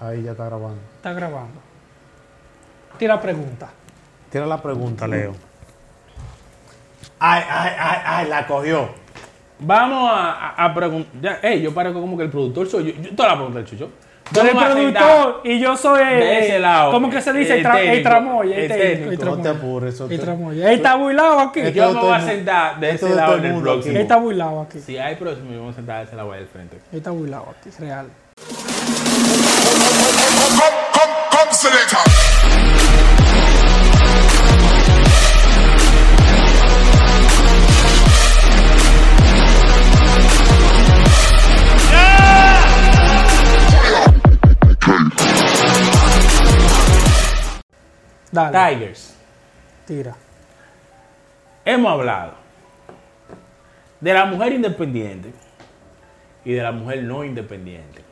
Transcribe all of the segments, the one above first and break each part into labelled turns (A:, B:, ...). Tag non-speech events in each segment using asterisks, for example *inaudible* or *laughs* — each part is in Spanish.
A: Ahí ya está grabando.
B: Está grabando. Tira pregunta.
A: Tira la pregunta, Leo. Ay, ay, ay, ay, la cogió.
C: Vamos a, a, a preguntar. Ey, yo parezco como que el productor soy yo. yo toda la pregunta del chucho.
B: Yo soy el
C: Vamos a
B: productor
C: sentar
B: y yo soy el.
C: de ese lado,
B: ¿Cómo que se dice?
C: el
B: El, tra- el
C: técnico,
B: tramoya.
C: el
B: El técnico.
C: técnico.
B: El
A: No te
B: tramoya.
A: apures. eso
B: El
A: te-
B: tramoya. Él está builado aquí.
A: Esto-
C: Yo me voy a
A: todo el
C: sentar de
A: mundo-
C: ese
A: todo
C: lado
A: el
C: en el
A: mundo
C: próximo.
B: Él está builado aquí.
C: Si hay próximo, yo me voy a sentar de ese lado del frente.
B: Él está builado aquí. Real.
D: come, come, come, selector.
B: Dale.
C: Tigers.
B: Tira.
C: Hemos hablado de la mujer independiente y de la mujer no independiente.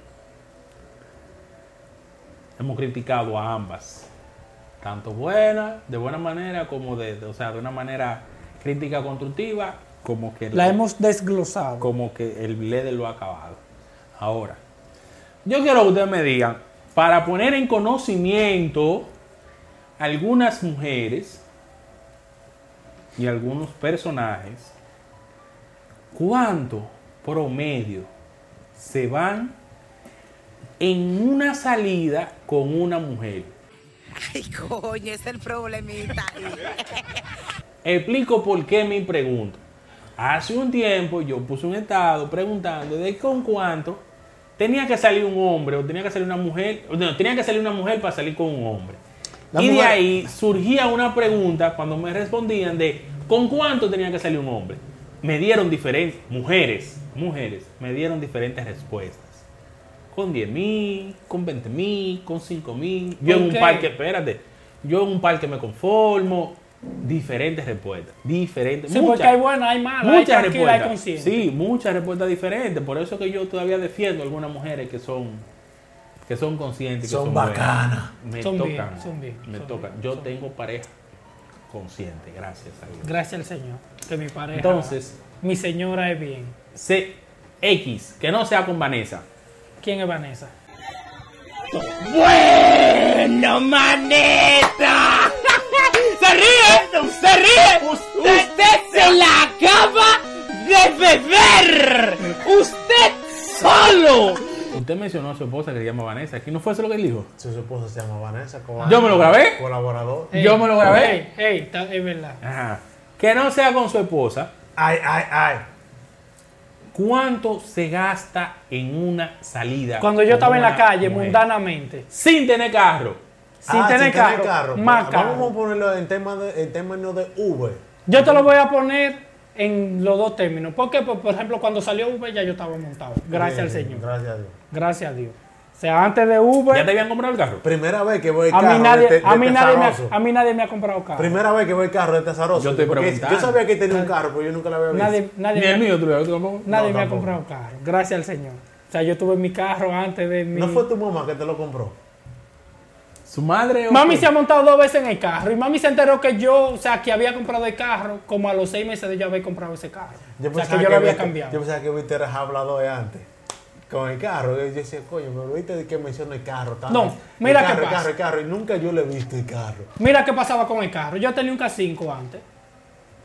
C: Hemos criticado a ambas, tanto buena, de buena manera, como de, de- o sea, de una manera crítica constructiva, como que
B: La hemos desglosado.
C: como que el Leder lo ha acabado. Ahora, yo quiero que ustedes me digan, para poner en conocimiento algunas mujeres y algunos personajes, ¿cuánto promedio se van en una salida con una mujer?
E: Ay, coño, ese es el problemita.
C: Explico por qué mi pregunta. Hace un tiempo yo puse un estado preguntando de con cuánto tenía que salir un hombre o tenía que salir una mujer, o no, tenía que salir una mujer para salir con un hombre.
A: La
C: y de
A: mujer-
C: ahí surgía una pregunta cuando me respondían de con cuánto tenía que salir un hombre. Me dieron diferentes, mujeres, mujeres, me dieron diferentes respuestas. Con 10 mil, con 20 mil, con 5 mil. Yo en
B: ¿Por
C: un
B: qué?
C: parque, espérate, yo en un parque me conformo. Diferentes respuestas, diferentes.
B: Sí,
C: muchas.
B: porque hay buena, hay mala. hay
C: Muchas
B: tranquila, hay
C: respuestas.
B: consciente.
C: Sí, muchas respuestas diferentes. Por eso que yo todavía defiendo algunas mujeres que son que son conscientes. que
A: Son
C: buenas.
A: bacanas.
C: Me
B: Son
C: tocan.
B: bien, son bien,
C: me
B: son
C: tocan.
B: bien,
C: yo
B: son
C: tengo pareja consciente, gracias a Dios.
B: Gracias al Señor. Que mi pareja.
C: Entonces,
B: Mi señora es bien.
C: C X, que no sea con Vanessa.
B: ¿Quién es Vanessa?
C: ¡Bueno, maneta! *laughs* ¡Se ríe! ¡Se ríe! Usted, se la acaba de beber. ¡Usted solo! Usted mencionó a su esposa que se llama Vanessa. ¿Aquí no fue eso lo que él dijo?
A: Su esposa ¿eh? se llama Vanessa.
C: Yo me lo grabé.
A: Colaborador.
C: Yo me lo grabé.
B: Ey, ey, está- es verdad.
C: Ajá. Que no sea con su esposa.
A: Ay, ay, ay.
C: ¿Cuánto se gasta en una salida?
B: Cuando yo
C: con
B: estaba en la
C: una
B: calle,
C: mujer?
B: mundanamente,
C: Sin tener carro.
B: sin
A: Ah,
B: tener carro, más
A: Pues,
B: caro.
A: Vamos a ponerlo en tema de, en términos de Uber.
B: Yo te lo voy a poner en los dos términos. Porque, por, Pues, por ejemplo, cuando salió Uber ya yo estaba montado. Gracias al
A: Bien,
B: Señor.
A: Gracias a Dios.
B: Gracias a Dios. O sea, antes de
C: ¿Ya te
B: Uber,
C: habían comprado el carro?
A: Primera vez que voy
B: a
A: carro
B: mí, nadie,
A: de, te-
B: a,
A: de
B: mí nadie me
A: Tesaroso.
B: ha, a mí nadie me ha comprado carro.
A: Primera vez que voy carro de Tesaroso.
C: Yo estoy
A: Porque
C: preguntando.
A: Yo sabía que tenía un carro, pero yo nunca lo había visto.
B: Nadie, nadie,
C: Ni el
B: me,
C: mío, tú lo tampoco.
B: nadie
A: No,
B: me ha
A: tampoco.
B: comprado carro. Gracias al Señor. O sea, yo tuve mi carro antes de mi...
A: ¿No fue tu mamá que te lo compró?
C: ¿Su madre o
B: Mami
C: qué?
B: se ha montado dos veces en el carro y mami se enteró que yo, o sea, que había comprado el carro como a los seis meses de yo haber comprado ese carro. o sea, que
A: pensaba
B: yo lo había
A: Víctor- Yo
B: cambiado.
A: pensaba que Víctor era hablador de antes. Con el carro. Yo decía, coño, pero viste que menciona el carro. tanto.
B: No, mira
A: el
B: qué
A: carro, el
B: pasa.
A: carro, el carro. Y nunca yo le he visto el carro.
B: Mira qué pasaba con el carro. Yo tenía un K5 antes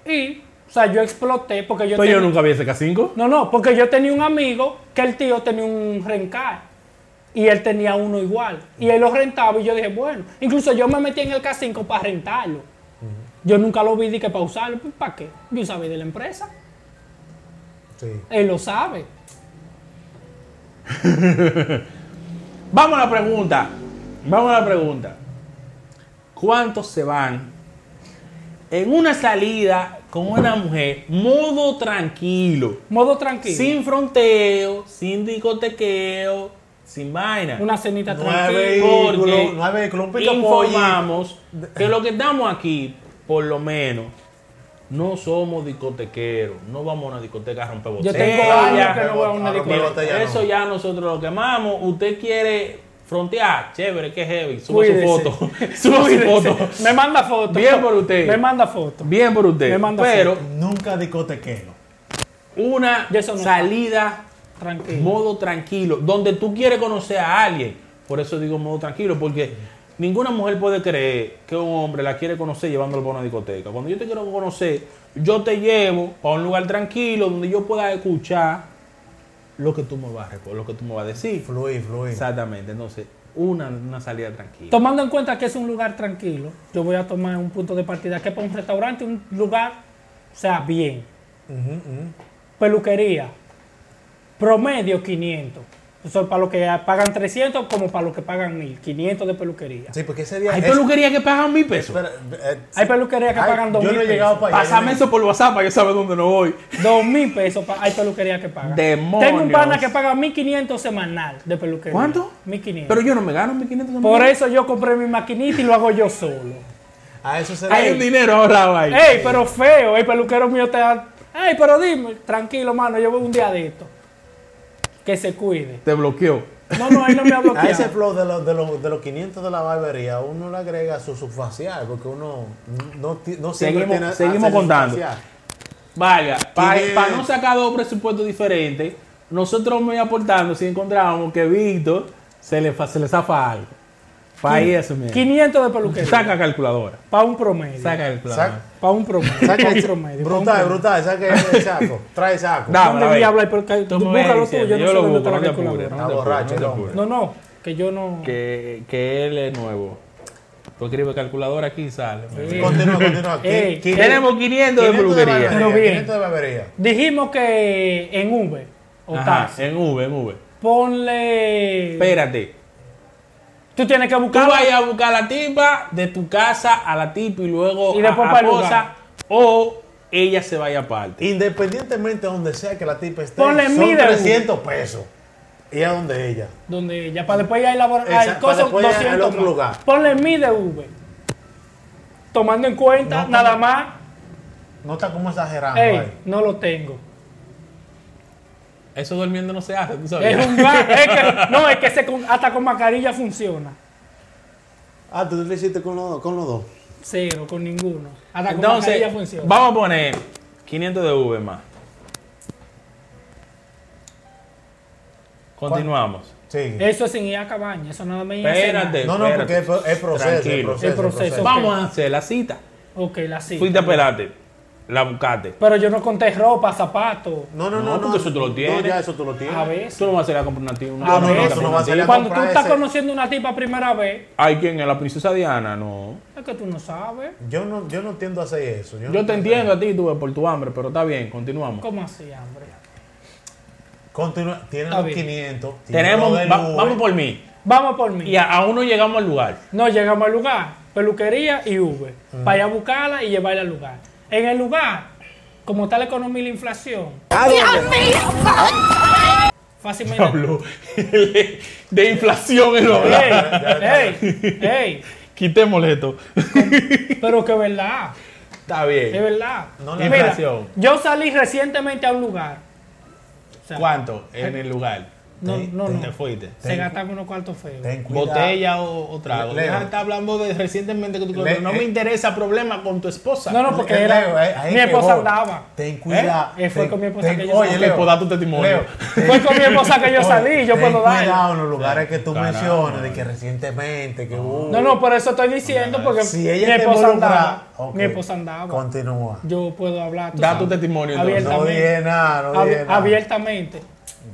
B: y, o sea, yo exploté porque yo,
C: Pero yo
B: tenía-
C: nunca vi ese K5.
B: No, no, porque yo tenía un amigo que el tío tenía un rencar y él tenía uno igual. Y él lo rentaba y yo dije, bueno, incluso yo me metí en el K5 para rentarlo. Yo nunca lo vi, que para usarlo, pues, ¿para qué? Yo sabía de la empresa,
A: Sí.
B: él lo sabe.
C: Vamos a la pregunta. Vamos a la pregunta. ¿Cuántos se van en una salida con una mujer modo tranquilo?
B: Modo tranquilo.
C: Sin fronteo, sin discotequeo, sin vaina.
B: Una cenita
A: No
B: tranquila.
A: hay
C: Porque
A: vehículo, no hay vehículo, un pick-up
C: informamos que lo que estamos aquí, por lo menos, no somos discotequeros. No vamos a una discoteca a romper
B: Yo
C: botellas.
B: tengo años que no voy a una
A: Ahora,
B: discoteca.
A: Botella no.
C: Eso ya nosotros lo quemamos. Usted quiere frontear. Chévere, que heavy. Suba
B: Cuídese.
C: su
B: *laughs*
C: foto. *laughs* Suba su foto.
B: Me manda fotos.
C: Bien por usted.
B: Me manda fotos.
C: Bien por usted.
B: Me manda
C: Pero
A: Nunca discotequero.
C: una
B: Yo eso no
C: salida
B: Tranquilo.
C: modo tranquilo, donde tú quieres conocer a alguien. Por eso digo modo tranquilo, porque ninguna mujer puede creer que un hombre la quiere conocer llevándolo para una discoteca. Cuando yo te quiero conocer, yo te llevo a un lugar tranquilo donde yo pueda escuchar lo que tú me vas a, reco- lo que tú me vas a decir.
A: Fluir, fluir.
C: Exactamente. Entonces, una, una salida tranquila.
B: Tomando en cuenta que es un lugar tranquilo, yo voy a tomar un punto de partida que es para un restaurante, un lugar, o sea, bien. Peluquería, promedio 500. Eso es para los que pagan 300 como para los que pagan 1000, 500 de peluquería.
A: Sí, porque ese día.
C: Hay
A: es-
C: peluquería que pagan mil pesos.
A: espera, eh,
B: Hay peluquería que
A: Ay,
B: pagan 2
A: yo
B: mil
A: no he
B: pesos.
A: llegado para allá.
C: Pásame eso por WhatsApp para que sabes dónde no voy.
B: 2 mil pesos pa- hay peluquería que pagan. Tengo un
C: ¡Demonios!
B: pana que paga 1500 semanal de peluquería.
C: ¿Cuánto?
B: 1500.
C: Pero yo no me gano 1500
B: Por eso yo compré mi maquinita y lo hago yo solo.
A: A eso se
C: Hay un
A: le.
C: dinero ahorrado ahí.
B: Ey, pero feo, el peluquero mío te da. Ey, pero dime, tranquilo, mano, yo voy un día de esto. Que se cuide.
C: Te bloqueó.
B: No, no, él no me
C: *laughs*
B: ha
A: A ese
B: bloqueado.
A: flow de, los- de, los- de los 500 de la barbería, uno le agrega su subfacial, porque uno no, ti- no siempre
C: Seguimos-
A: tiene
C: seguimos
A: hacer su
C: contando.
A: facial.
C: Vaya, para
A: Tiene-
C: no sacar dos presupuestos diferentes, nosotros me aportando si encontrábamos que Víctor se le, fa- se le zafa algo. Para ir a eso mismo.
B: 500 de peluquería.
C: Saca calculadora.
B: Para un promedio.
C: Saca calculadora.
A: Saca-
B: Para un promedio.
A: Saca
B: pa' un
A: el-
B: promedio. pa'
A: brutal,
B: un promedio.
A: brutal, saca el saco. Trae saco.
C: Da,
B: ¿Dónde
C: a ver.
B: diablo hay peluquería?
C: Tú me ves
B: Búscalo tú,
C: diciendo,
B: yo no
C: yo
B: sé
C: lo
B: dónde
C: busco,
B: está la
C: no te apures,
B: calculadora.
C: no te
A: Está borracho,
C: apures, no te
A: el
C: apures.
B: No, no, que yo no.
C: Que, que él es nuevo. Tú escribes calculadora aquí y sale.
B: Sí.
A: Continúa, continúa.
B: Ey,
A: Qui- qui-
C: Tenemos 500 de
A: 500 de
C: peluquería.
B: Pero
A: barbería.
B: bien.
A: 500 de barbería.
B: Dijimos que en Uber o
C: Ajá, eh.
B: taxi.
C: en V, en V.
B: Ponle.
C: Espérate.
B: Tú tienes que
C: Tú
B: buscar.
C: vayas a buscar a la tipa de tu casa a la tipa y luego
B: Y
C: a,
B: después
C: a
B: pa'l
C: Poza,
B: lugar.
C: o ella se vaya aparte.
A: Independientemente de donde sea que la tipa esté,
B: Ponle mil
A: son
B: de
A: 300 pesos. Y a donde ella.
B: Donde ya para después ya elaborar
A: Exacto,
B: hay cosas
A: para después ya
B: 200
A: al otro
B: más.
A: lugar.
B: Ponle mi de Uber. Tomando en cuenta,
A: No,
B: nada
A: como-
B: más,
A: No está como exagerando
B: ey,
A: ahí.
B: no lo tengo.
C: Eso durmiendo no se hace, tú sabes.
B: Es un gasto, es que, no, es que ese con- hasta con mascarilla funciona.
A: Ah, tú lo hiciste con los, con los dos.
B: Cero, con ninguno. Hasta con
C: Entonces,
B: mascarilla funciona.
C: vamos a poner 500 de V más. Continuamos.
A: Sí.
B: Eso es sin ir a cabaña, eso nada me hace
C: Espérate.
A: no, no, porque es, pro- es proceso. Es
C: Tranquilo.
A: proceso,
B: Es proceso.
C: Vamos a hacer la cita.
B: nada. Ok, la sí.
C: Fuiste a pelarte, la buscaste.
B: Pero yo no conté ropa, zapatos.
A: No, no,
C: No,
A: no. no
C: porque eso tú lo tienes.
A: No, ya eso tú lo tienes.
B: A veces.
C: Tú Ah, no vas a salir a comprar una tía. Una
B: A
C: una
B: ver,
C: amiga,
B: tú
C: una
B: no
A: vas a
C: tía.
A: salir a
B: Cuando tú
A: comprar
B: estás
A: ese.
B: conociendo una tipa primera vez,
C: ¿Hay quien es la princesa Diana? No.
B: es que tú no sabes.
A: Yo no, yo no tiendo a hacer eso. no
C: Yo te
A: tiendo a hacer
C: entiendo a ti, tú, por tu hambre, pero está bien, continuamos.
B: ¿Cómo así, hombre?
A: eso. Continúa. Tienen
B: Está
A: los
B: bien.
A: 500. tiene
C: Tenemos,
A: lo del
C: va-
A: Uber.
C: vamos por mí.
B: Vamos por mí.
C: Y a- aún no llegamos al lugar. *laughs*
B: No, llegamos al lugar, peluquería y Uber, para ir a buscarla y llevarla al lugar. En el lugar, como está la economía y la inflación, fácilmente...
C: Pablo, de inflación en los
B: ¡Ey! ¡Ey! ¡Ey!
C: Quitémosle esto.
B: Pero que es verdad,
C: *laughs* Está
B: es
C: bien.
B: verdad.
A: No, la
B: Mira,
C: inflación.
B: yo salí recientemente a un lugar. O sea,
C: ¿Cuánto en el lugar?
B: No, no,
C: Te
B: no.
C: fuiste.
B: Se gastan unos cuartos feos.
A: Ten cuidado.
C: Botella o, o trago.
A: Leo.
C: Ya está hablando de recientemente que tú
A: Le-
C: no me
A: eh.
C: interesa problema con tu esposa.
B: No, no, porque
A: Leo,
B: era-
A: ahí- ahí
B: mi
A: es que
B: esposa
A: voy.
B: andaba.
A: Ten cuidado.
B: Eh, fue
A: Ten-
B: con mi esposa
A: ten-
B: que yo
A: Oye,
B: salí.
A: Leo.
C: Puedo dar tu testimonio.
A: Leo,
B: Fue con mi esposa que yo
A: Oye,
B: salí, yo
A: ten
B: puedo dar.
A: cuidado en los lugares que tú
C: Caramba.
A: mencionas, de que recientemente, que hubo.
B: No, no, por eso estoy diciendo, porque
A: Si ella
B: mi
A: te
B: esposa andaba.
A: involucra, ok,
B: Mi esposa andaba.
A: Continúa.
B: Yo puedo hablar. tú
C: Da
B: sabes.
C: tu testimonio, entonces.
A: No dije
B: Abiertamente.
A: nada, no dije
B: Ab-
A: nada.
B: abiertamente.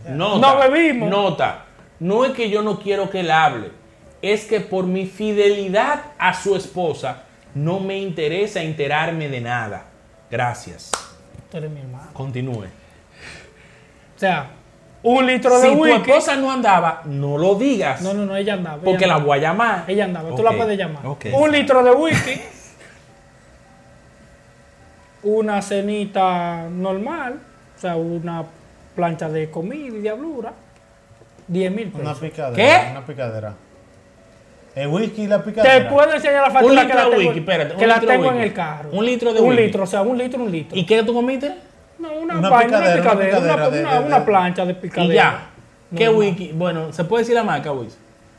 C: Nota,
B: No bebimos.
C: Nota. No es que yo no quiero que él hable. Es que por mi fidelidad a su esposa, no me interesa enterarme de nada. Gracias.
B: Tú eres mi hermano.
C: Continúe.
B: O sea, un litro
C: Si
B: de
C: tu
B: whisky.
C: esposa no andaba, no lo digas.
B: No, no, no, ella andaba. ella
C: porque la
B: andaba.
C: voy a llamar.
B: Ella andaba, tú la
C: Ok,
B: puedes llamar.
C: ok.
B: Un litro de whisky. una cenita normal. O sea, una plancha de comida y diablura. 10 mil
A: Una
B: pesos.
A: picadera.
C: ¿Qué?
A: Una picadera. El whisky y la
B: Te
A: picadera.
B: puedo enseñar la
C: Un
B: factura
C: litro
B: que la
C: de
B: tengo,
C: whisky, espérate, un
B: que la
C: litro de
B: tengo en
C: whisky.
B: el carro.
C: Un litro de
B: Un
C: whisky.
B: litro, o sea, un litro, un litro.
C: ¿Y qué tú comiste?
B: No, una,
A: Una
B: vaina, una
A: picadera, una
B: picadera, una,
A: picadera de-
B: una-
A: de-
B: una
A: de-
B: plancha de
C: Y
B: picadera.
C: ya. ¿Qué
B: Normal.
C: wiki? Bueno, ¿se puede decir la marca, wiki?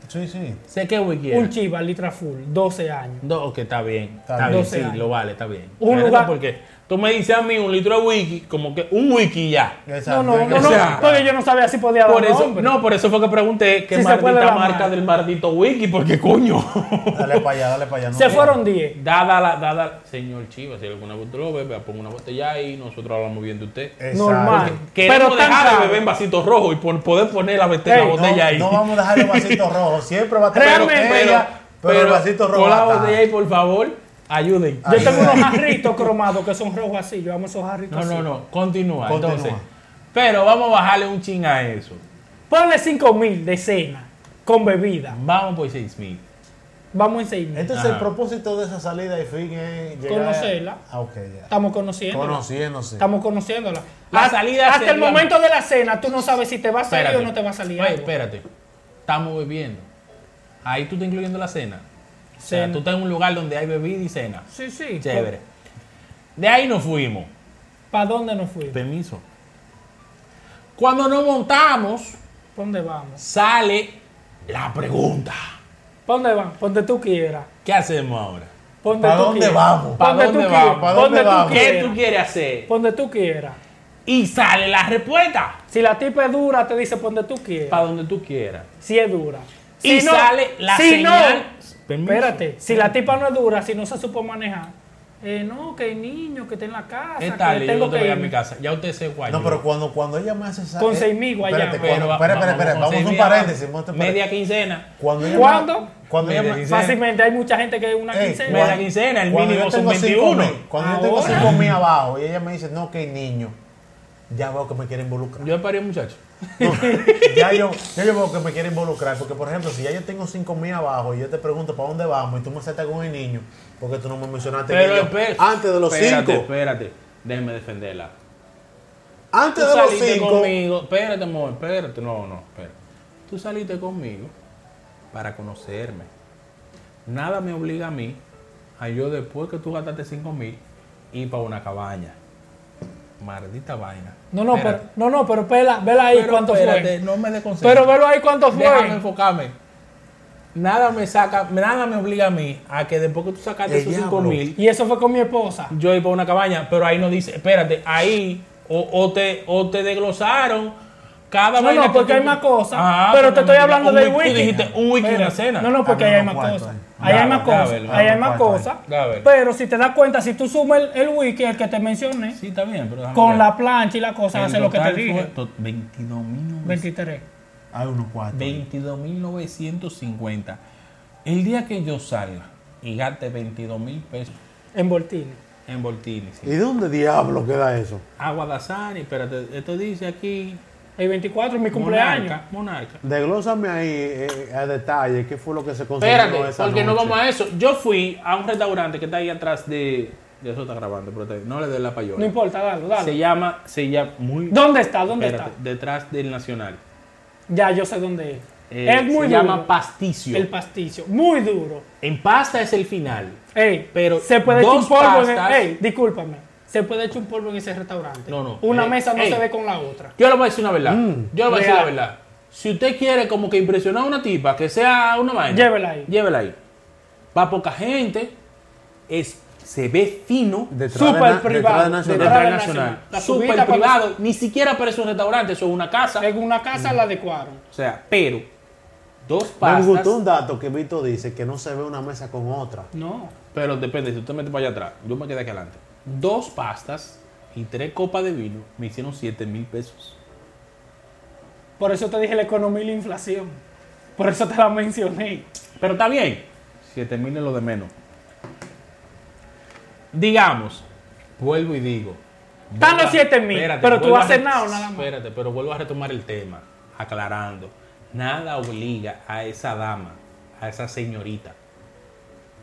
A: Sí, sí.
C: Sé qué wiki
B: Un
C: es.
B: chiva, litra full, 12 años.
C: No, ok, está bien. Está,
A: bien.
C: bien,
B: 12
C: sí,
B: años.
C: lo vale, está bien.
B: Un
C: La neta,
B: lugar-
C: Porque Tú me dices a mí un litro de whisky, como que un whisky ya.
B: No, no, no,
C: O
B: no,
C: sea,
B: porque yo no sabía si podía dar
C: Por eso,
B: nombre.
C: no, por eso fue que pregunté qué
B: Si se puede
C: maldita
B: la
C: marca
B: marca.
C: del maldito whisky, porque coño. *laughs*
A: Dale para allá, dale para allá. no
B: Se
A: quiero.
B: fueron 10.
C: Dada la, dada, señor Chivas, si alguna vez usted lo bebe, ponga una botella ahí y nosotros hablamos bien de usted.
A: Exacto.
B: Normal.
C: Queremos
B: Pero tan
C: dejar de
B: caro.
C: beber en vasitos rojos y por poder poner la, bete- la
B: Ey, no,
C: botella ahí.
A: No, no vamos a dejar el
C: *laughs*
A: vasito rojo. Siempre va a estar la
B: Realmente,
A: botella,
C: pero,
A: pero, el vasito rojo.
C: Con la
A: va a
C: botella
A: estar.
C: ahí, por favor, ayuden.
A: Ay,
B: Yo tengo
A: ay.
B: unos jarritos cromados que son rojos así. Yo amo esos jarritos
C: No,
B: así.
C: no, no, continúa.
A: Continúa.
C: Entonces, pero vamos a bajarle un ching a eso.
B: Ponle 5 mil de cena con bebida.
C: Vamos por 6000.
B: Vamos en 6 mil.
A: Entonces,
C: Ajá.
A: el propósito de esa salida y fin es llegar
B: Conocerla.
A: Ah, ok, ya.
B: Estamos conociendo.
A: Conociéndose.
B: Estamos conociéndola.
C: La
B: Hasta-
C: salida
B: Hasta
C: sería-
B: el momento de la cena, tú no sabes si te va a salir
C: Espérate. Pues,
B: o no te va a salir.
C: Oye,
B: algo.
C: espérate. Estamos bebiendo. Ahí tú estás incluyendo la cena. O sea,
B: Cena.
C: tú estás en un lugar donde hay bebida y cena.
B: Sí, sí.
C: Chévere. De ahí nos fuimos.
B: ¿Para dónde nos fuimos?
C: Permiso. Cuando nos montamos,
B: ¿Pa' dónde vamos?
C: sale la pregunta.
B: ¿Pa' dónde vamos? Ponte tú quieras.
C: ¿Qué hacemos ahora?
B: ¿Pa'
A: ¿Para dónde vamos?
C: ¿Pa'
B: ¿Para dónde
C: dónde
B: tú quieras.
C: vamos?
B: ¿Pa'
A: ¿Pa' dónde
B: dónde tú
A: vamos?
C: ¿Qué tú
B: quieras.
C: quieres hacer?
B: ¿Pa' dónde tú quieras.
C: Y sale la respuesta.
B: Si la tipa es dura, te dice ponte tú
C: Para
B: quieras.
C: donde tú quieras.
B: Si es dura. Si
C: Y sale la
B: si
C: señal.
B: No,
C: Permiso.
B: espérate, si la tipa no es dura, si no se supo manejar. Eh, no, que hay niños, que está en la casa.
C: ¿Qué
B: que
C: tal? Yo
B: tengo
C: no te voy a
B: irme.
C: mi casa. Ya usted se guayó.
A: No, pero cuando, cuando ella me hace esa.
B: Con
A: eh,
B: seis mil guayabas.
A: Espérate, cuando- espera, espera, espera. Vamos a un paréntesis. vamos a un
C: Media
A: paréntesis.
C: quincena.
A: Cuando ella
B: ¿Cuándo?
A: me- Cuando ella
C: Media
A: me-
C: quincena.
B: Fácilmente hay mucha gente que es una
A: Ey,
B: quincena.
C: Media quincena, el
A: Cuando
C: mínimo
A: yo
C: son
A: tengo cinco
C: 21.
A: mil, Cuando yo tengo
B: Ahora.
A: 5 mil abajo y ella me dice, no, que hay niño. Ya veo que me quiere involucrar.
C: Yo paré un muchacho.
A: No, ya, yo, ya yo veo que me quiere involucrar. Porque, por ejemplo, si ya yo tengo 5 mil abajo y yo te pregunto para dónde vamos y tú me saltas con el niño, porque tú no me mencionaste que
C: Pero
A: yo-
C: espérate.
A: antes de los
C: Espérate,
A: 5.
C: espérate. Déjeme defenderla. Tú
A: Antes de los
C: saliste
A: 5.
C: conmigo. Espérate, amor, espérate. No, no, espérate. Tú saliste conmigo para conocerme. Nada me obliga a mí a yo después que tú gastaste 5 mil ir para una cabaña. Maldita vaina.
B: No, no, pero,
C: Espérate.
B: no, no, pero vela, vela ahí
C: Pero
B: cuánto
C: espérate,
B: fue.
C: No me desconcentres.
B: Pero velo ahí cuánto fue.
C: Déjame enfocarme. Nada me saca, nada me obliga a mí a que después que tú sacaste
A: El
C: esos 5
A: diablo.
C: mil,
B: Y eso fue con mi esposa.
C: yo iba a una cabaña, pero ahí no dice, espérate, ahí o, o te, o te desglosaron cada
B: No,
C: vaina
B: no,
C: que
B: porque
C: tú-
B: hay más cosas.
C: Ah,
B: pero te estoy hablando
C: un
B: del
C: wiki.
B: wiki.
C: Tú dijiste un wiki en la
B: Espérate.
C: cena.
B: No, no, porque ahí
A: Había
B: hay más
A: unos cuantos,
B: cosas.
A: eh.
B: Ahí hay más
C: Gabriel,
B: cosas.
C: Gabriel,
B: Ahí hay
A: unos
B: más
A: cuantos,
B: cosas.
C: eh. Gabriel.
B: Pero si te das cuenta, si tú sumas el, el wiki, el que te mencioné,
C: Sí, está bien, pero déjame
B: con
C: ver.
B: la plancha y la cosa,
C: En
B: hace lo que te
C: total fue
B: dije.
C: to- 22.950.
B: 23.
A: Hay unos 4.
C: 22.950. El día que yo salga y gaste 22 mil pesos
B: En Voltini.
C: en Voltines,
A: ¿Y dónde diablo queda eso?
C: Agua Dasani, espérate, esto dice aquí.
B: El 24 es mi cumpleaños.
C: Monarca. monarca.
A: Desglósame ahí eh, a detalle qué fue lo que se consiguió
C: Espérate,
A: esa
C: porque no
A: noche.
C: vamos a eso. Yo fui a un restaurante que está ahí atrás de. de eso está grabando, pero está- no le dé la payola.
B: No importa, dalo,
C: Se
B: dalo.
C: llama, se llama muy.
B: ¿Dónde está? ¿Dónde
C: espérate,
B: está?
C: Detrás del Nacional.
B: Ya yo sé dónde es.
C: Eh,
B: es muy
C: se
B: duro.
C: llama pasticio.
B: El pasticio. Muy duro.
C: en pasta es el final.
B: Ey,
C: Pero
B: se puede echar
C: dos
B: un polvo en
C: pastas-
B: el, ey, discúlpame. Se puede echar un polvo en ese restaurante.
C: No, no.
B: Una
C: Ey,
B: mesa no
C: ey.
B: se ve con la otra.
C: Yo le voy a decir una verdad. Yo le voy a decir la
B: Mm, real.
C: verdad. Si usted quiere como que impresionar a una tipa, que sea una vaina.
B: Llévela ahí.
C: Llévela ahí. Va poca gente. Es, se ve fino.
A: Detrás de na-
B: Súper privado.
A: detrás de Nacional.
B: detrás
C: Detrás
B: del
C: nacional.
B: La subida
C: Súper
B: para-
C: privado. Ni siquiera parece un restaurante, eso es una casa.
B: En una casa
C: Mm.
B: la adecuaron.
C: O sea, pero dos
A: Me
C: pastas.
A: gustó un dato que Vito dice que no se ve una mesa con otra.
B: No.
C: Pero depende, si usted mete para allá atrás, yo me quedé aquí adelante. Dos pastas y tres copas de vino me hicieron 7 mil pesos.
B: Por eso te dije la economía y la inflación. Por eso te la mencioné.
C: Pero está bien. 7 mil es lo de menos. Digamos, vuelvo y digo.
B: Están
C: vuelvo
B: los
C: a-
B: 7.000,
C: espérate,
B: pero tú
C: vuelvo
B: vas a
C: re-
B: cenar o nada más.
C: Espérate, pero vuelvo a retomar el tema, aclarando. Nada obliga a esa dama, a esa señorita,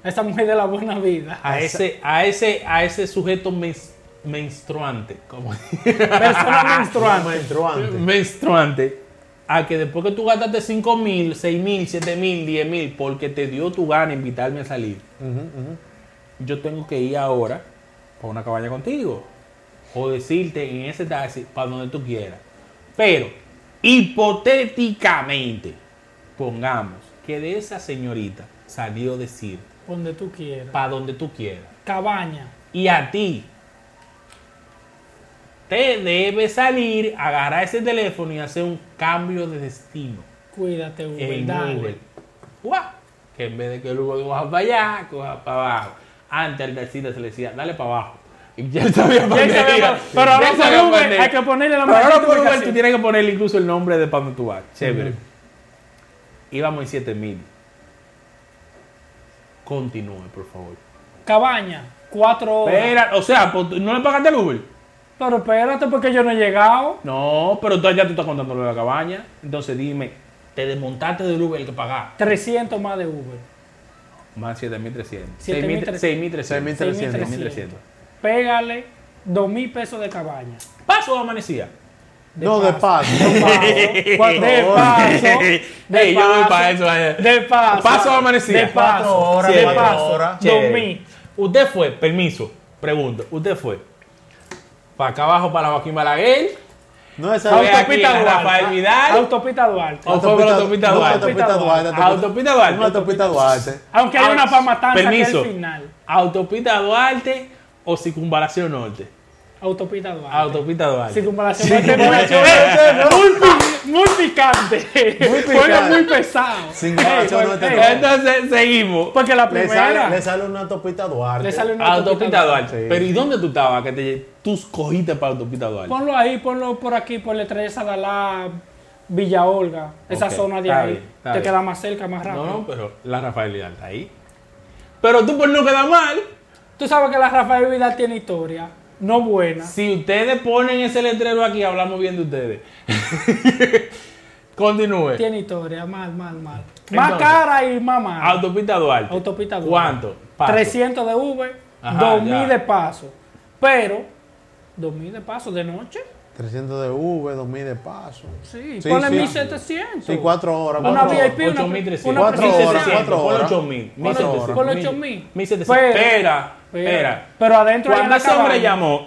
B: Esa mujer de la buena vida.
C: a ese, a ese, a ese sujeto mens- menstruante, como *laughs*
B: Persona menstruante.
A: Menstruante.
C: menstruante a que después que tú gastaste 5 mil, 6 mil, 7 mil, 10 mil, porque te dio tu gana invitarme a salir, yo tengo que ir ahora para una cabaña contigo. O decirte en ese taxi para donde tú quieras. Pero, hipotéticamente, pongamos que de esa señorita salió decir
B: Donde tú quieras.
C: para donde tú quieras.
B: Cabaña.
C: Y a ti usted debe salir, agarrar ese teléfono y hacer un cambio de destino
B: Cuídate, Uber.
C: en
B: dale.
C: Google. Guau. Que en vez de que el Uber coja para allá, coja para abajo. Antes el taxista se le decía, dale para abajo. Y ya *laughs* él sabía
B: Ya
C: para dónde
B: sabemos,
C: iba.
B: Pero
C: Ya
B: ahora
C: él
B: por
C: sabía para
B: Uber
C: dónde
B: hay
C: iba.
B: que ponerle la
C: Pero ahora por Uber
B: ubicación.
C: tú tienes que ponerle incluso el nombre de para donde tú vas. Chévere. Íbamos en 7000. Continúe, por favor.
B: Cabaña, cuatro horas.
C: Espera, o sea, pues, ¿no le pagaste el Uber?
B: Pero espérate, porque yo no he llegado.
C: No, pero tú, ya tú estás contando lo de la cabaña. Entonces dime, te desmontaste del Uber el que pagaste.
B: 300 más de Uber.
C: Más 7300.
B: 7.300.
C: 6300.
B: 6.300.
C: 6300.
B: Pégale 2 mil pesos de
C: *laughs*
B: cabaña.
C: Paso o amanecía.
A: no, de paso.
B: De paso, cuatro
C: Ey,
B: horas.
C: Ey, yo voy pa' eso, vaya.
B: De paso.
C: Paso o amanecía.
B: De
A: Cuatro
B: paso.
A: horas,
B: de
A: cuatro
B: paso.
A: horas.
B: Dos
C: Chévere.
B: mil.
C: Usted fue, permiso, pregunto, usted fue para acá abajo para Joaquín Balaguer, *laughs*
A: No, esa
C: Fue
A: es
C: aquí en
B: Autopista
C: la Rafael
B: Duarte.
C: Vidal.
B: Autopista Duarte.
C: o fue por la autopista
A: no,
C: Duarte.
A: Autopista Duarte.
C: Autopista Duarte.
A: No, Autopista Duarte.
B: Aunque hay una para matanza que es
C: Permiso.
B: el final.
C: Autopista Duarte o Circunvalación Norte.
B: Autopista Duarte.
C: Autopista Duarte.
B: Circunvalación Norte.
C: *laughs* Eh,
B: Multi- Muy picante.
A: Muy picante.
B: *laughs* Juega muy pesado.
A: Circunvalación
B: Ey,
A: Norte
B: ey,
A: Duarte.
C: Entonces seguimos.
B: Porque la
A: Le
B: primera
A: sale, le sale una autopista Duarte.
B: le sale una
C: Autopista Duarte.
A: Sí.
C: Pero ¿y dónde tú estabas? Que te, tú cogiste para Autopista Duarte.
B: Ponlo ahí, ponlo por aquí, por la Estrella Sadalá, Villa Olga, esa
C: Ok,
B: zona de
C: está
B: ahí.
C: bien, está
B: te
C: bien.
B: queda más cerca, más rápido.
C: No, no, pero la Rafael Vidal está ahí. Pero tú por no quedar mal,
B: Tú sabes que la Rafael Vidal tiene historia, no buena.
C: si ustedes ponen ese letrero aquí, hablamos bien de ustedes. *laughs* Continúe.
B: Tiene historia, mal, mal, mal. más
C: Entonces,
B: cara y más mala.
C: Autopista Duarte.
B: Autopista Duarte.
C: ¿Cuánto? Paso.
B: 300 de Uber,
C: Ajá,
B: 2000
C: ya.
B: de paso. Pero, 2000 de paso de noche,
A: 300 de V, 2000 de paso.
B: sí,
A: Sí,
B: ponle
A: sí.
B: 1700.
A: Sí, cuatro horas.
B: Una
A: cuatro
B: VIP,
A: horas.
B: una-
C: 8300.
B: una
A: Cuatro horas, cuatro horas.
C: 8000.
A: Cuatro horas.
B: Ponle 8000.
C: 1700.
B: Pero-
C: Espera,
B: Pero-
C: espera.
B: Pero adentro hay una
C: Cuando ese hombre
B: cabaña.
C: llamó,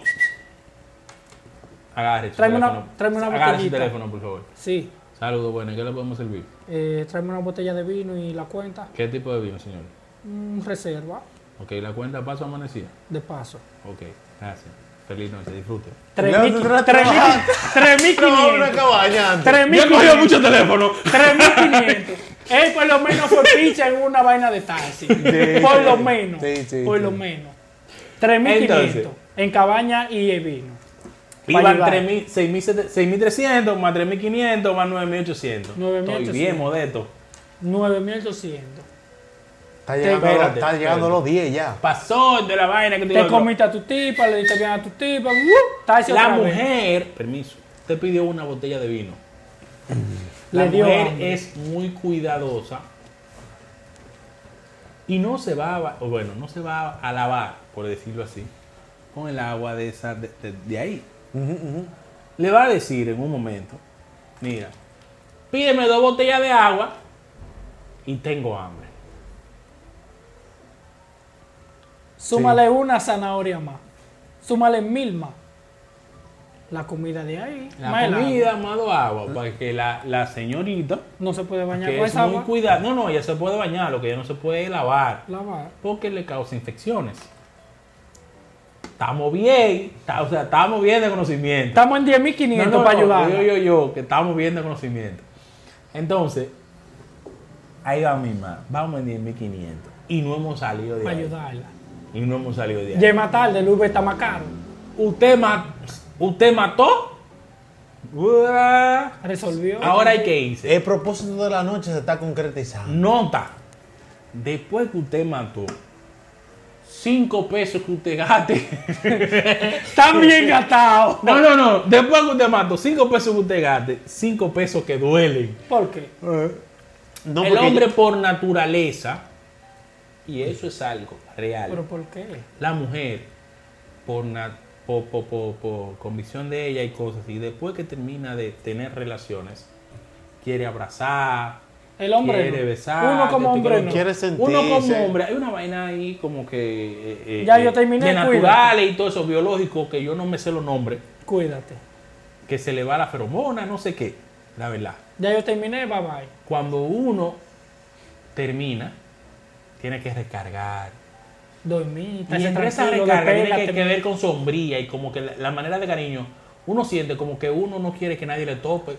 C: agarre su
B: Tráeme una-
C: teléfono.
B: tráeme una
C: Agarre su
B: botellita.
C: teléfono, por favor.
B: Sí,
C: Saludos, bueno, ¿en qué le podemos servir?
B: eh, tráeme una botella de vino y la cuenta,
C: ¿Qué tipo de vino, señor?
B: mm, reserva
C: Ok, la cuenta paso amanecida.
B: de paso.
C: Ok, gracias. Feliz noche, disfrute.
A: Le vas a
B: 3.000,
A: entrar a
B: 3.000,
A: trabajar. No, una
B: 3.500.
A: cabaña antes.
B: 3.500.
C: teléfono. *laughs*
B: 3.500. Él por lo menos fue picha en una vaina de taxi. por lo menos.
A: Sí, sí,
B: por
A: sí.
B: lo menos.
C: Entonces.
B: 3.500 en cabaña y en vino. Pa'
C: Iban
B: llevar.
C: 3.000, 6.700, 6.300, más 3.500, más 9.800. Estoy
B: 9.800.
C: bien, modesto.
B: 9.800.
A: Está llegando,
C: Espérate,
A: está llegando
C: espérate.
A: los 10 ya.
C: Pasó de la vaina que
B: Te comiste a tu tipa, le diste bien a tu tipa. ¡uh! taxi
C: La
B: otra vez.
C: mujer, permiso, te pidió una botella de vino. La
B: le dio
C: mujer
B: hambre.
C: es muy cuidadosa y no se va a, ba- o bueno, no se va a lavar, por decirlo así, con el agua de esa de, de- de ahí. Le va a decir en un momento, mira, pídeme dos botellas de agua y tengo hambre.
B: Súmale una zanahoria más. Súmale mil más. La comida de ahí.
C: La
B: más el agua.
C: comida, más dos agua, para que la, la señorita,
B: No se puede bañar
C: que
B: con
C: es
B: esa
C: muy
B: agua.
C: cuidada, no, no, ella se puede bañar, lo que ella no se puede es lavar.
B: Lavar.
C: porque le causa infecciones. Estamos bien, ta- o sea, estamos bien de conocimiento.
B: Estamos en 10.500
C: No, no,
B: para
C: no,
B: ayudar.
C: Yo, yo, yo, que estamos bien de conocimiento. Entonces, ahí va mi mamá, vamos en 10.500 y no hemos salido de
B: Para
C: ahí.
B: ayudarla.
C: Y no hemos salido de ahí.
B: Llega más tarde, el Uber está más caro.
C: Usted, ma- usted mató, Uah.
B: Resolvió.
C: ahora hay que irse.
A: El propósito de la noche se está concretizando.
C: Nota, después que usted mató, 5 pesos que usted gaste.
B: Están bien gastados.
C: No, no, no. Después que usted mató, 5 pesos que usted gaste, 5 pesos que duelen.
B: ¿Por qué? Mm,
A: No,
C: el
A: porque
C: hombre por naturaleza, y eso es algo real.
B: ¿Pero por qué?
C: la mujer, por, na- por, por- por- por convicción de ella y cosas, y después que termina de tener relaciones, quiere abrazar,
B: El hombre
C: quiere
B: no.
C: besar.
B: Uno como
C: que te
B: hombre
C: quiere-
B: no.
A: Quiere sentirse.
C: Uno como hombre. Hay una vaina ahí como que... eh, eh,
B: Ya
C: eh,
B: yo terminé,
C: De
B: cuídate.
C: naturales y todo eso, biológico, que yo no me sé los nombres.
B: Cuídate.
C: que se le va la feromona, no sé qué. La verdad.
B: Ya yo terminé, bye bye.
C: Cuando uno termina, tiene que recargar.
B: Dormí,
C: Y
B: estate
C: entre esa
B: tranquilo,
C: recarga tiene que,
B: despégate.
C: que ver con sombría y como que la, la manera de cariño. uno siente como que uno no quiere que nadie le tope.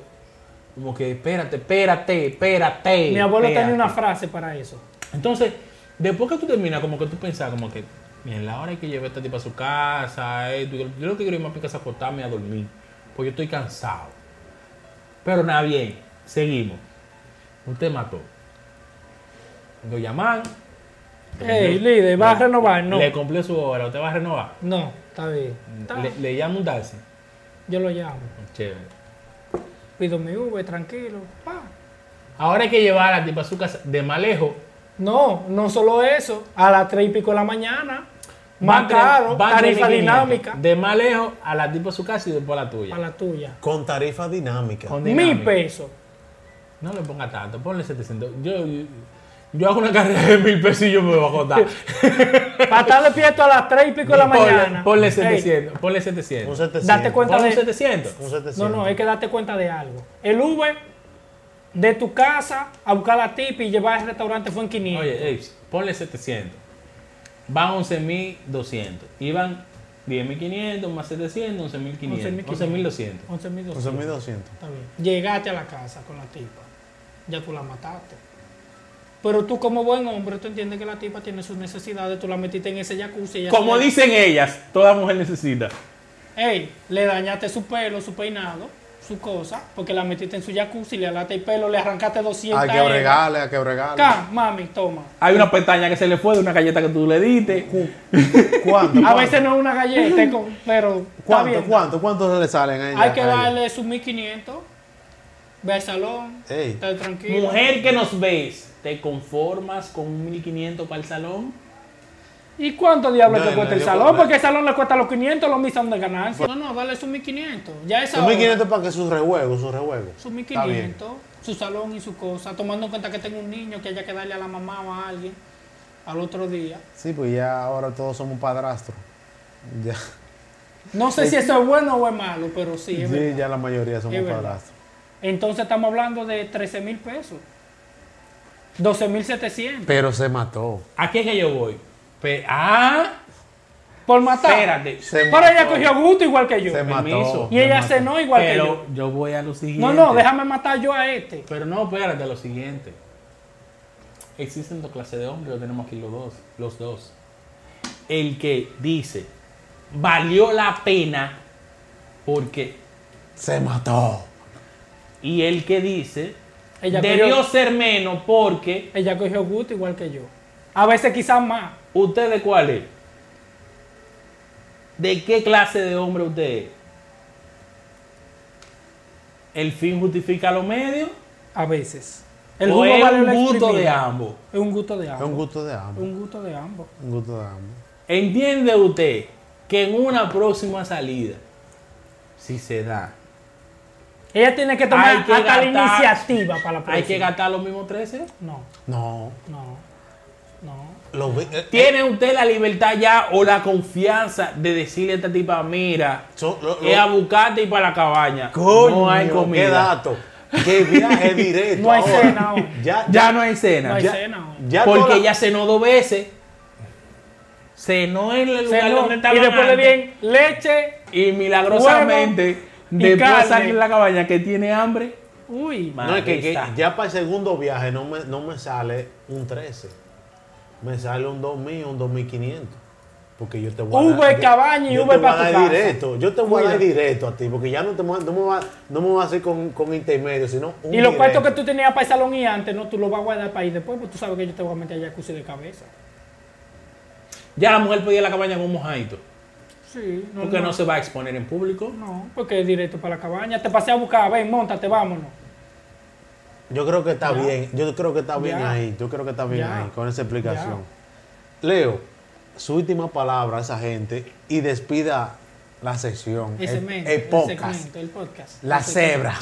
C: Como que espérate, espérate, espérate.
B: Mi abuelo tenía
C: espérate.
B: una frase para eso.
C: Entonces, después que tú terminas, como que tú piensas, como que, miren, la hora hay que llevar a este tipo a su casa. eh, yo, yo lo que quiero es más para mi casa a acostarme y a dormir. Porque yo estoy cansado. Pero nada, bien, seguimos. Usted mató. Lo llaman.
B: Ey, líder, ¿va a renovar? No.
C: Le cumplió su hora, usted va a renovar.
B: No, está bien. Está-
C: Mm, Le, le llama un taxi.
B: Yo lo llamo.
C: Chévere.
B: Pido mi Uber, tranquilo. pa.
C: Ahora hay que llevar a la tipa a su casa de más lejos.
B: No, no solo eso. A las 3 y pico de la mañana.
C: va
B: Más
C: a tre-
B: caro.
C: va a
B: Tarifa
C: 3.500.
B: dinámica.
C: De más lejos a la tipa a su casa y después a la tuya.
B: A la tuya.
A: Con tarifa dinámica.
C: Con
B: Mil
C: dinámica.
B: pesos.
C: No le ponga tanto, ponle 700. Yo, yo hago una carrera de mil pesos y yo me voy a contar.
B: *laughs* Para estar despierto a las 3 y pico de la
C: Ponle,
B: mañana.
C: ponle
B: Ey,
C: 700. Ponle
A: Un
C: 700.
A: 700.
B: date cuenta
C: Ponle
B: de.
C: 700.
A: Un 700.
B: No, no, hay que darte cuenta de algo. El Uber de tu casa a buscar a la tipa y llevar al restaurante fue en 500.
C: Oye, ey, ponle 700. Van 11.200. Iban 10.500 más 700, 11.500. 11.200.
B: 11.200.
A: 11.200.
B: Está bien. Llegaste a la casa con la tipa. Ya tú la mataste. Pero tú como buen hombre, tú entiendes que la tipa tiene sus necesidades, tú la metiste en ese jacuzzi. ella
C: Como
B: se-
C: dicen ellas, toda mujer necesita.
B: Ey, le dañaste su pelo, su peinado, su cosa, porque la metiste en su jacuzzi, le alaste el pelo, le arrancaste 200
A: Hay que
B: euros.
A: bregarle, hay que bregarle.
B: Ca, mami, toma.
C: Hay una pestaña que se le fue de una galleta que tú le diste.
A: ¿Cuánto?
B: A veces no es una galleta, es con- pero está
A: ¿Cuánto,
B: bien.
A: cuánto, cuánto le salen a ella?
B: Hay que
A: a ella?
B: darle sus 1500. Ve al salón,
A: Ey.
B: está tranquilo.
C: Mujer que nos ves, ¿te conformas con 1.500 para el salón?
B: ¿Y cuánto diablos
A: No,
B: te
A: no,
B: cuesta el
A: yo
B: salón?
A: puedo-
B: Porque el salón le cuesta los 500, los misan de ganancia. No, no, dale sus 1500. Ya esa
A: Sus
B: hora,
A: 1500 para que sus rejuegos, sus rejuegos.
B: sus
A: Está bien.
B: 1500, su salón y su cosa, tomando en cuenta que tengo un niño que haya que darle a la mamá o a alguien al otro día.
A: Sí, pues ya ahora todos somos padrastros. Ya,
B: No sé si eso es bueno o es malo, pero sí,
A: *laughs*
B: es
A: sí,
B: verdad.
A: ya la mayoría somos
B: Es verdad.
A: padrastros.
B: Entonces estamos hablando de 13 mil pesos. 12 mil 700.
A: Pero se mató.
C: Aquí es que yo voy. Pe- ah,
B: Por matar.
C: espérate.
A: Se
B: Pero ella
A: mató.
B: cogió gusto igual que yo.
A: Se mató.
C: Permiso.
B: Y ella cenó igual que yo.
C: Pero yo voy a lo siguiente.
B: No, no, déjame matar yo a este.
C: Pero no, espérate, a lo siguiente. Existen dos clases de hombres, lo tenemos aquí los dos. Los dos. El que dice, valió la pena porque...
A: Se mató.
C: Y el que dice,
B: Ella
C: debió
B: cogió-
C: ser menos porque...
B: Ella cogió gusto igual que yo. A veces quizás más.
C: ¿Ustedes cuál es? ¿De qué clase de hombre usted es? ¿El fin justifica los medios?
B: A veces.
C: ¿O es
B: vale
C: un
B: la
C: gusto
B: exprimida.
C: de ambos?
B: Es un gusto de
A: Es un
B: ambos.
A: gusto de ambos.
B: Un gusto de ambos.
A: Un gusto de ambos.
C: ¿Entiende usted que en una próxima salida, si se da,
B: Ella tiene que tomar
C: Hay que
B: hasta la
C: gastar-
B: iniciativa para la próxima.
C: hay que gastar los mismos 13?
B: No,
A: No.
B: no, no.
A: Lo vi- eh, eh,
C: ¿Tiene usted la libertad ya o la confianza de decirle a esta tipa, mira,
A: so- lo- lo-
C: es a buscarte y para la cabaña? no hay
A: Coño,
C: comida.
A: Qué dato. Qué viaje directo.
B: No hay
A: ahora.
B: cena ahora.
A: Ya,
C: Ya no hay cena.
B: No hay
C: Ya-
B: cena. hombre.
A: ya
C: porque
A: toda-
C: ella cenó dos veces. Cenó en el lugar
B: Cenó,
C: donde estaba.
B: y después le
C: antes,
B: bien leche.
C: Y milagrosamente,
B: y
C: después
B: carne.
C: sale en la cabaña que tiene hambre.
B: Uy,
C: Ma-
A: No, es que, que
C: Madre
A: ya para el segundo viaje no me, no me sale un 13. Me sale un 2000, un 2500. Porque yo te voy a
B: Uber
A: yo-
B: cabaña y
A: yo
B: Uber
A: te voy a
B: pa' tu
A: dar
B: casa.
A: directo. Yo te voy a dar
B: Cuida.
A: directo a ti. Porque ya no, te, voy a- no me va no me va a hacer con, con intermedio, sino un
B: y los cuartos que
A: directo.
B: tú tenías para el salón y antes, no, tú los vas a guardar para ir después, porque tú sabes que yo te voy a meter a jacuzzi de cabeza.
C: Ya la mujer podía ir a la cabaña con un mojadito.
B: Sí, no,
C: Porque no se va a exponer en público.
B: No, porque es directo para la cabaña. Te pasé a buscar, ven, montate, vámonos.
A: Yo creo que está bien. Yo creo que está bien
B: Ya.
A: ahí. Yo creo que está bien
B: Ya.
A: ahí con esa explicación. Leo, su última palabra a esa gente y despida la sección.
B: El segmento,
A: el
B: el
A: podcast.
B: segmento, el podcast.
A: La
B: El segmento.
A: cebra.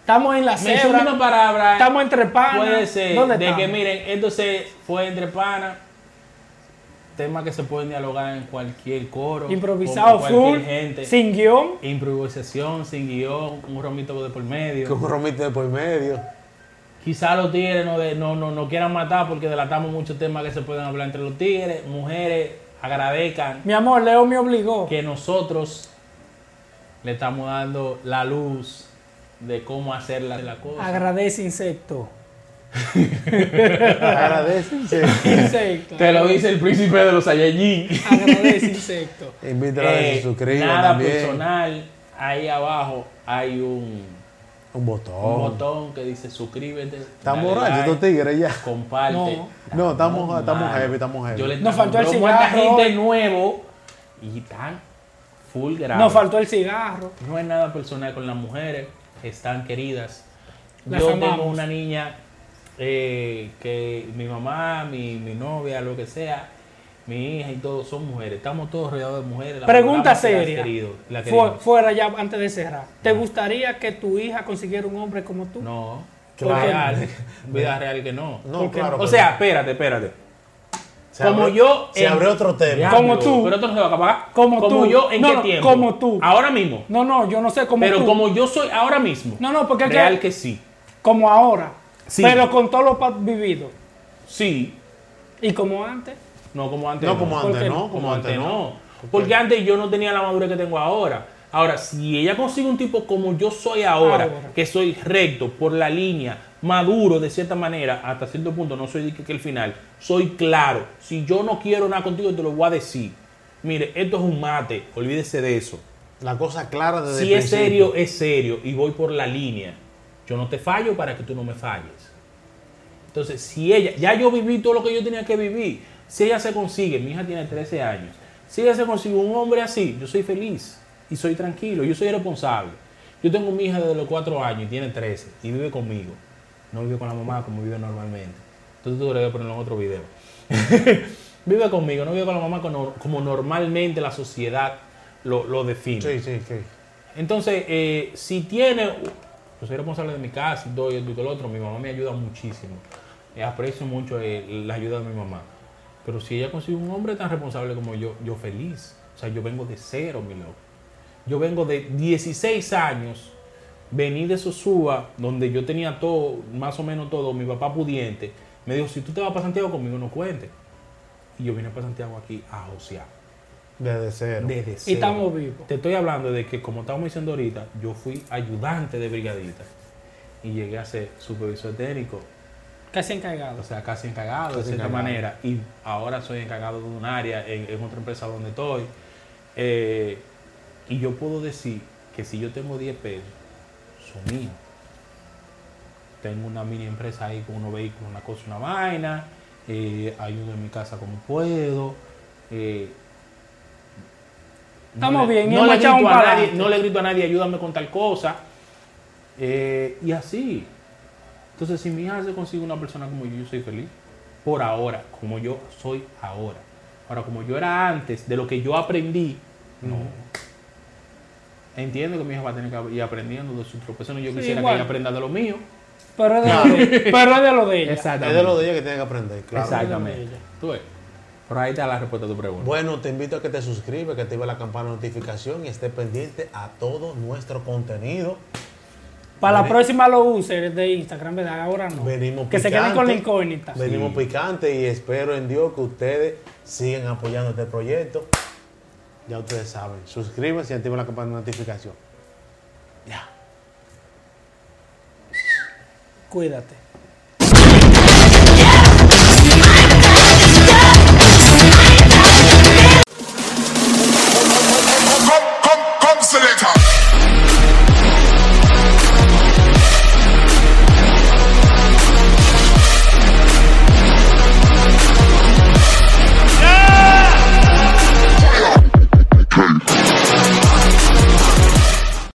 B: Estamos en la
C: Me sube una
B: cebra,
C: palabra. eh.
B: estamos entre panas.
C: Puede ser
B: ¿Dónde
C: de
B: estamos?
C: que miren, entonces fue entre panas. Temas que se pueden dialogar en cualquier coro.
B: Improvisado,
C: con cualquier
B: full,
C: gente.
B: sin guión.
C: Improvisación, sin guión, un romito de por medio.
A: Con un romito de por medio.
C: Quizás los tigres no, de- no, no, no quieran matar porque delatamos muchos temas que se pueden hablar entre los tigres. Mujeres agradezcan
B: Mi amor, Leo me obligó.
C: que nosotros le estamos dando la luz de cómo hacer la, la cosa.
B: Agradece,
C: *laughs*
B: insecto.
A: Agradecen, *laughs* sí.
B: Insecto.
C: Te lo dice el príncipe de los Saiyajin.
B: Agradece, insecto.
A: Invítala a que
C: Eh,
A: se suscriban
C: nada
A: también.
C: personal. Ahí abajo hay un,
A: Un botón.
C: un botón que dice suscríbete.
A: Estamos
C: dale
A: borrachos
C: like,
A: estos tigres ya.
C: Comparte.
B: No.
A: No, estamos-
C: Estamos
A: estamos
C: mal.
A: heavy, estamos heavy.
C: Yo le
B: Nos faltó el
C: yo cuánta
B: cigarro.
C: gente nuevo y tan full grave.
B: Nos faltó el cigarro.
C: No es nada personal con las mujeres, están queridas.
B: Las
C: Yo tengo
B: amamos.
C: una niña eh, que mi mamá, mi, mi novia, lo que sea, mi hija y todos son mujeres. Estamos todos rodeados de mujeres. las
B: Pregunta
C: adoramos y las
B: seria.
C: querido- las
B: Fu-
C: queremos.
B: fuera ya antes de cerrar. ¿Te gustaría que tu hija consiguiera un hombre como tú?
C: No,
B: Claro.
C: vida real, vida real que no.
A: No,
B: ¿Por qué
A: claro.
C: O sea, espérate, espérate.
A: se
C: como yo
A: Se
C: en-
A: abrió otro tema.
B: Como
C: Diablo,
B: tú.
C: Pero esto no se va a acabar.
B: Como tú.
C: yo en
B: No,
C: qué
B: no,
C: tiempo.
B: como tú.
C: Ahora mismo.
B: No, no, yo no sé cómo
C: pero
B: tú.
C: como yo soy ahora mismo.
B: No, no, porque es que-
C: real que sí.
B: Como ahora.
C: Sí.
B: Pero con todo lo pa- vivido.
C: Sí,
B: Y como antes.
C: No como antes.
A: No como
B: ¿Por
A: antes,
B: qué?
A: ¿no?
C: Como antes no. Porque antes yo no tenía la madurez que tengo ahora. Ahora, si ella consigue un tipo como yo soy ahora,
B: Ahora.
C: que soy recto, por la línea, maduro de cierta manera, hasta cierto punto, no soy de que, que el final, soy claro. Si yo no quiero nada contigo, te lo voy a decir. Mire, esto es un mate, olvídese de eso.
A: La cosa clara desde
C: Si
A: el
C: es
A: principio.
C: serio, es serio y voy por la línea. Yo no te fallo para que tú no me falles. Entonces, si ella, ya yo viví todo lo que yo tenía que vivir. Si ella se consigue, mi hija tiene 13 años, si ella se consigue un hombre así, yo soy feliz y soy tranquilo, yo soy responsable. Yo tengo mi hija desde los 4 años y tiene 13 y vive conmigo. No vive con la mamá como vive normalmente. Entonces tú lo voy a poner en otro video. *laughs* vive conmigo, no vive con la mamá como, como normalmente la sociedad lo, lo define.
A: Sí, sí, sí.
C: Entonces, eh, si tiene, yo soy responsable de mi casa, doy esto y el otro, mi mamá me ayuda muchísimo. Eh, aprecio mucho eh, la ayuda de mi mamá. Pero si ella consigue un hombre tan responsable como yo, yo feliz. O sea, yo vengo de cero, mi loco. Yo vengo de 16 años, vení de Sosúa, donde yo tenía todo, más o menos todo, mi papá pudiente. Me dijo, si tú te vas para Santiago conmigo, no cuentes. Y yo vine para Santiago aquí a josear.
A: Desde cero.
C: Desde
B: Y
C: cero.
B: estamos vivos.
C: Te estoy hablando de que, como estamos diciendo ahorita, yo fui ayudante de brigadita y llegué a ser supervisor técnico,
B: Casi encargado.
C: o sea, casi encargado de cierta
A: encargado.
C: manera. Y ahora soy encargado de un área en, en otra empresa donde estoy. Eh, y yo puedo decir que si yo tengo 10 pesos, son míos. Tengo una mini empresa ahí con unos vehículos, una cosa, una vaina. eh, ayudo en mi casa como puedo. eh,
B: Estamos
C: le-
B: bien,
C: No
B: hemos
C: le,
B: echado
C: grito
B: un
C: a nadie,
B: pa'lante.
C: no le grito a nadie, ayúdame con tal cosa. Eh, y así. Entonces, si mi hija se consigue una persona como yo, yo soy feliz. Por ahora, como yo soy ahora. Ahora, como yo era antes, de lo que yo aprendí, no. Entiendo que mi hija va a tener que ir aprendiendo de sus tropezones. Yo
B: Sí,
C: quisiera
B: igual.
C: que ella aprenda de lo mío.
B: Pero es de, lo de, pero es de lo de ella.
A: Es de lo de ella que tiene que aprender, claro.
C: Exactamente. Tú ves. Por ahí está la respuesta a tu pregunta.
A: Bueno, te invito a que te suscribas, que active la campana de notificación y esté pendiente a todo nuestro contenido.
B: Para la próxima los users de Instagram, ¿verdad? Ahora no.
A: Venimos
B: que se queden con la
A: picante.
B: incógnita.
A: Venimos picante y espero en Dios que ustedes sigan apoyando este proyecto. Ya ustedes saben, suscríbanse y activen la campana de notificación.
B: Cuídate.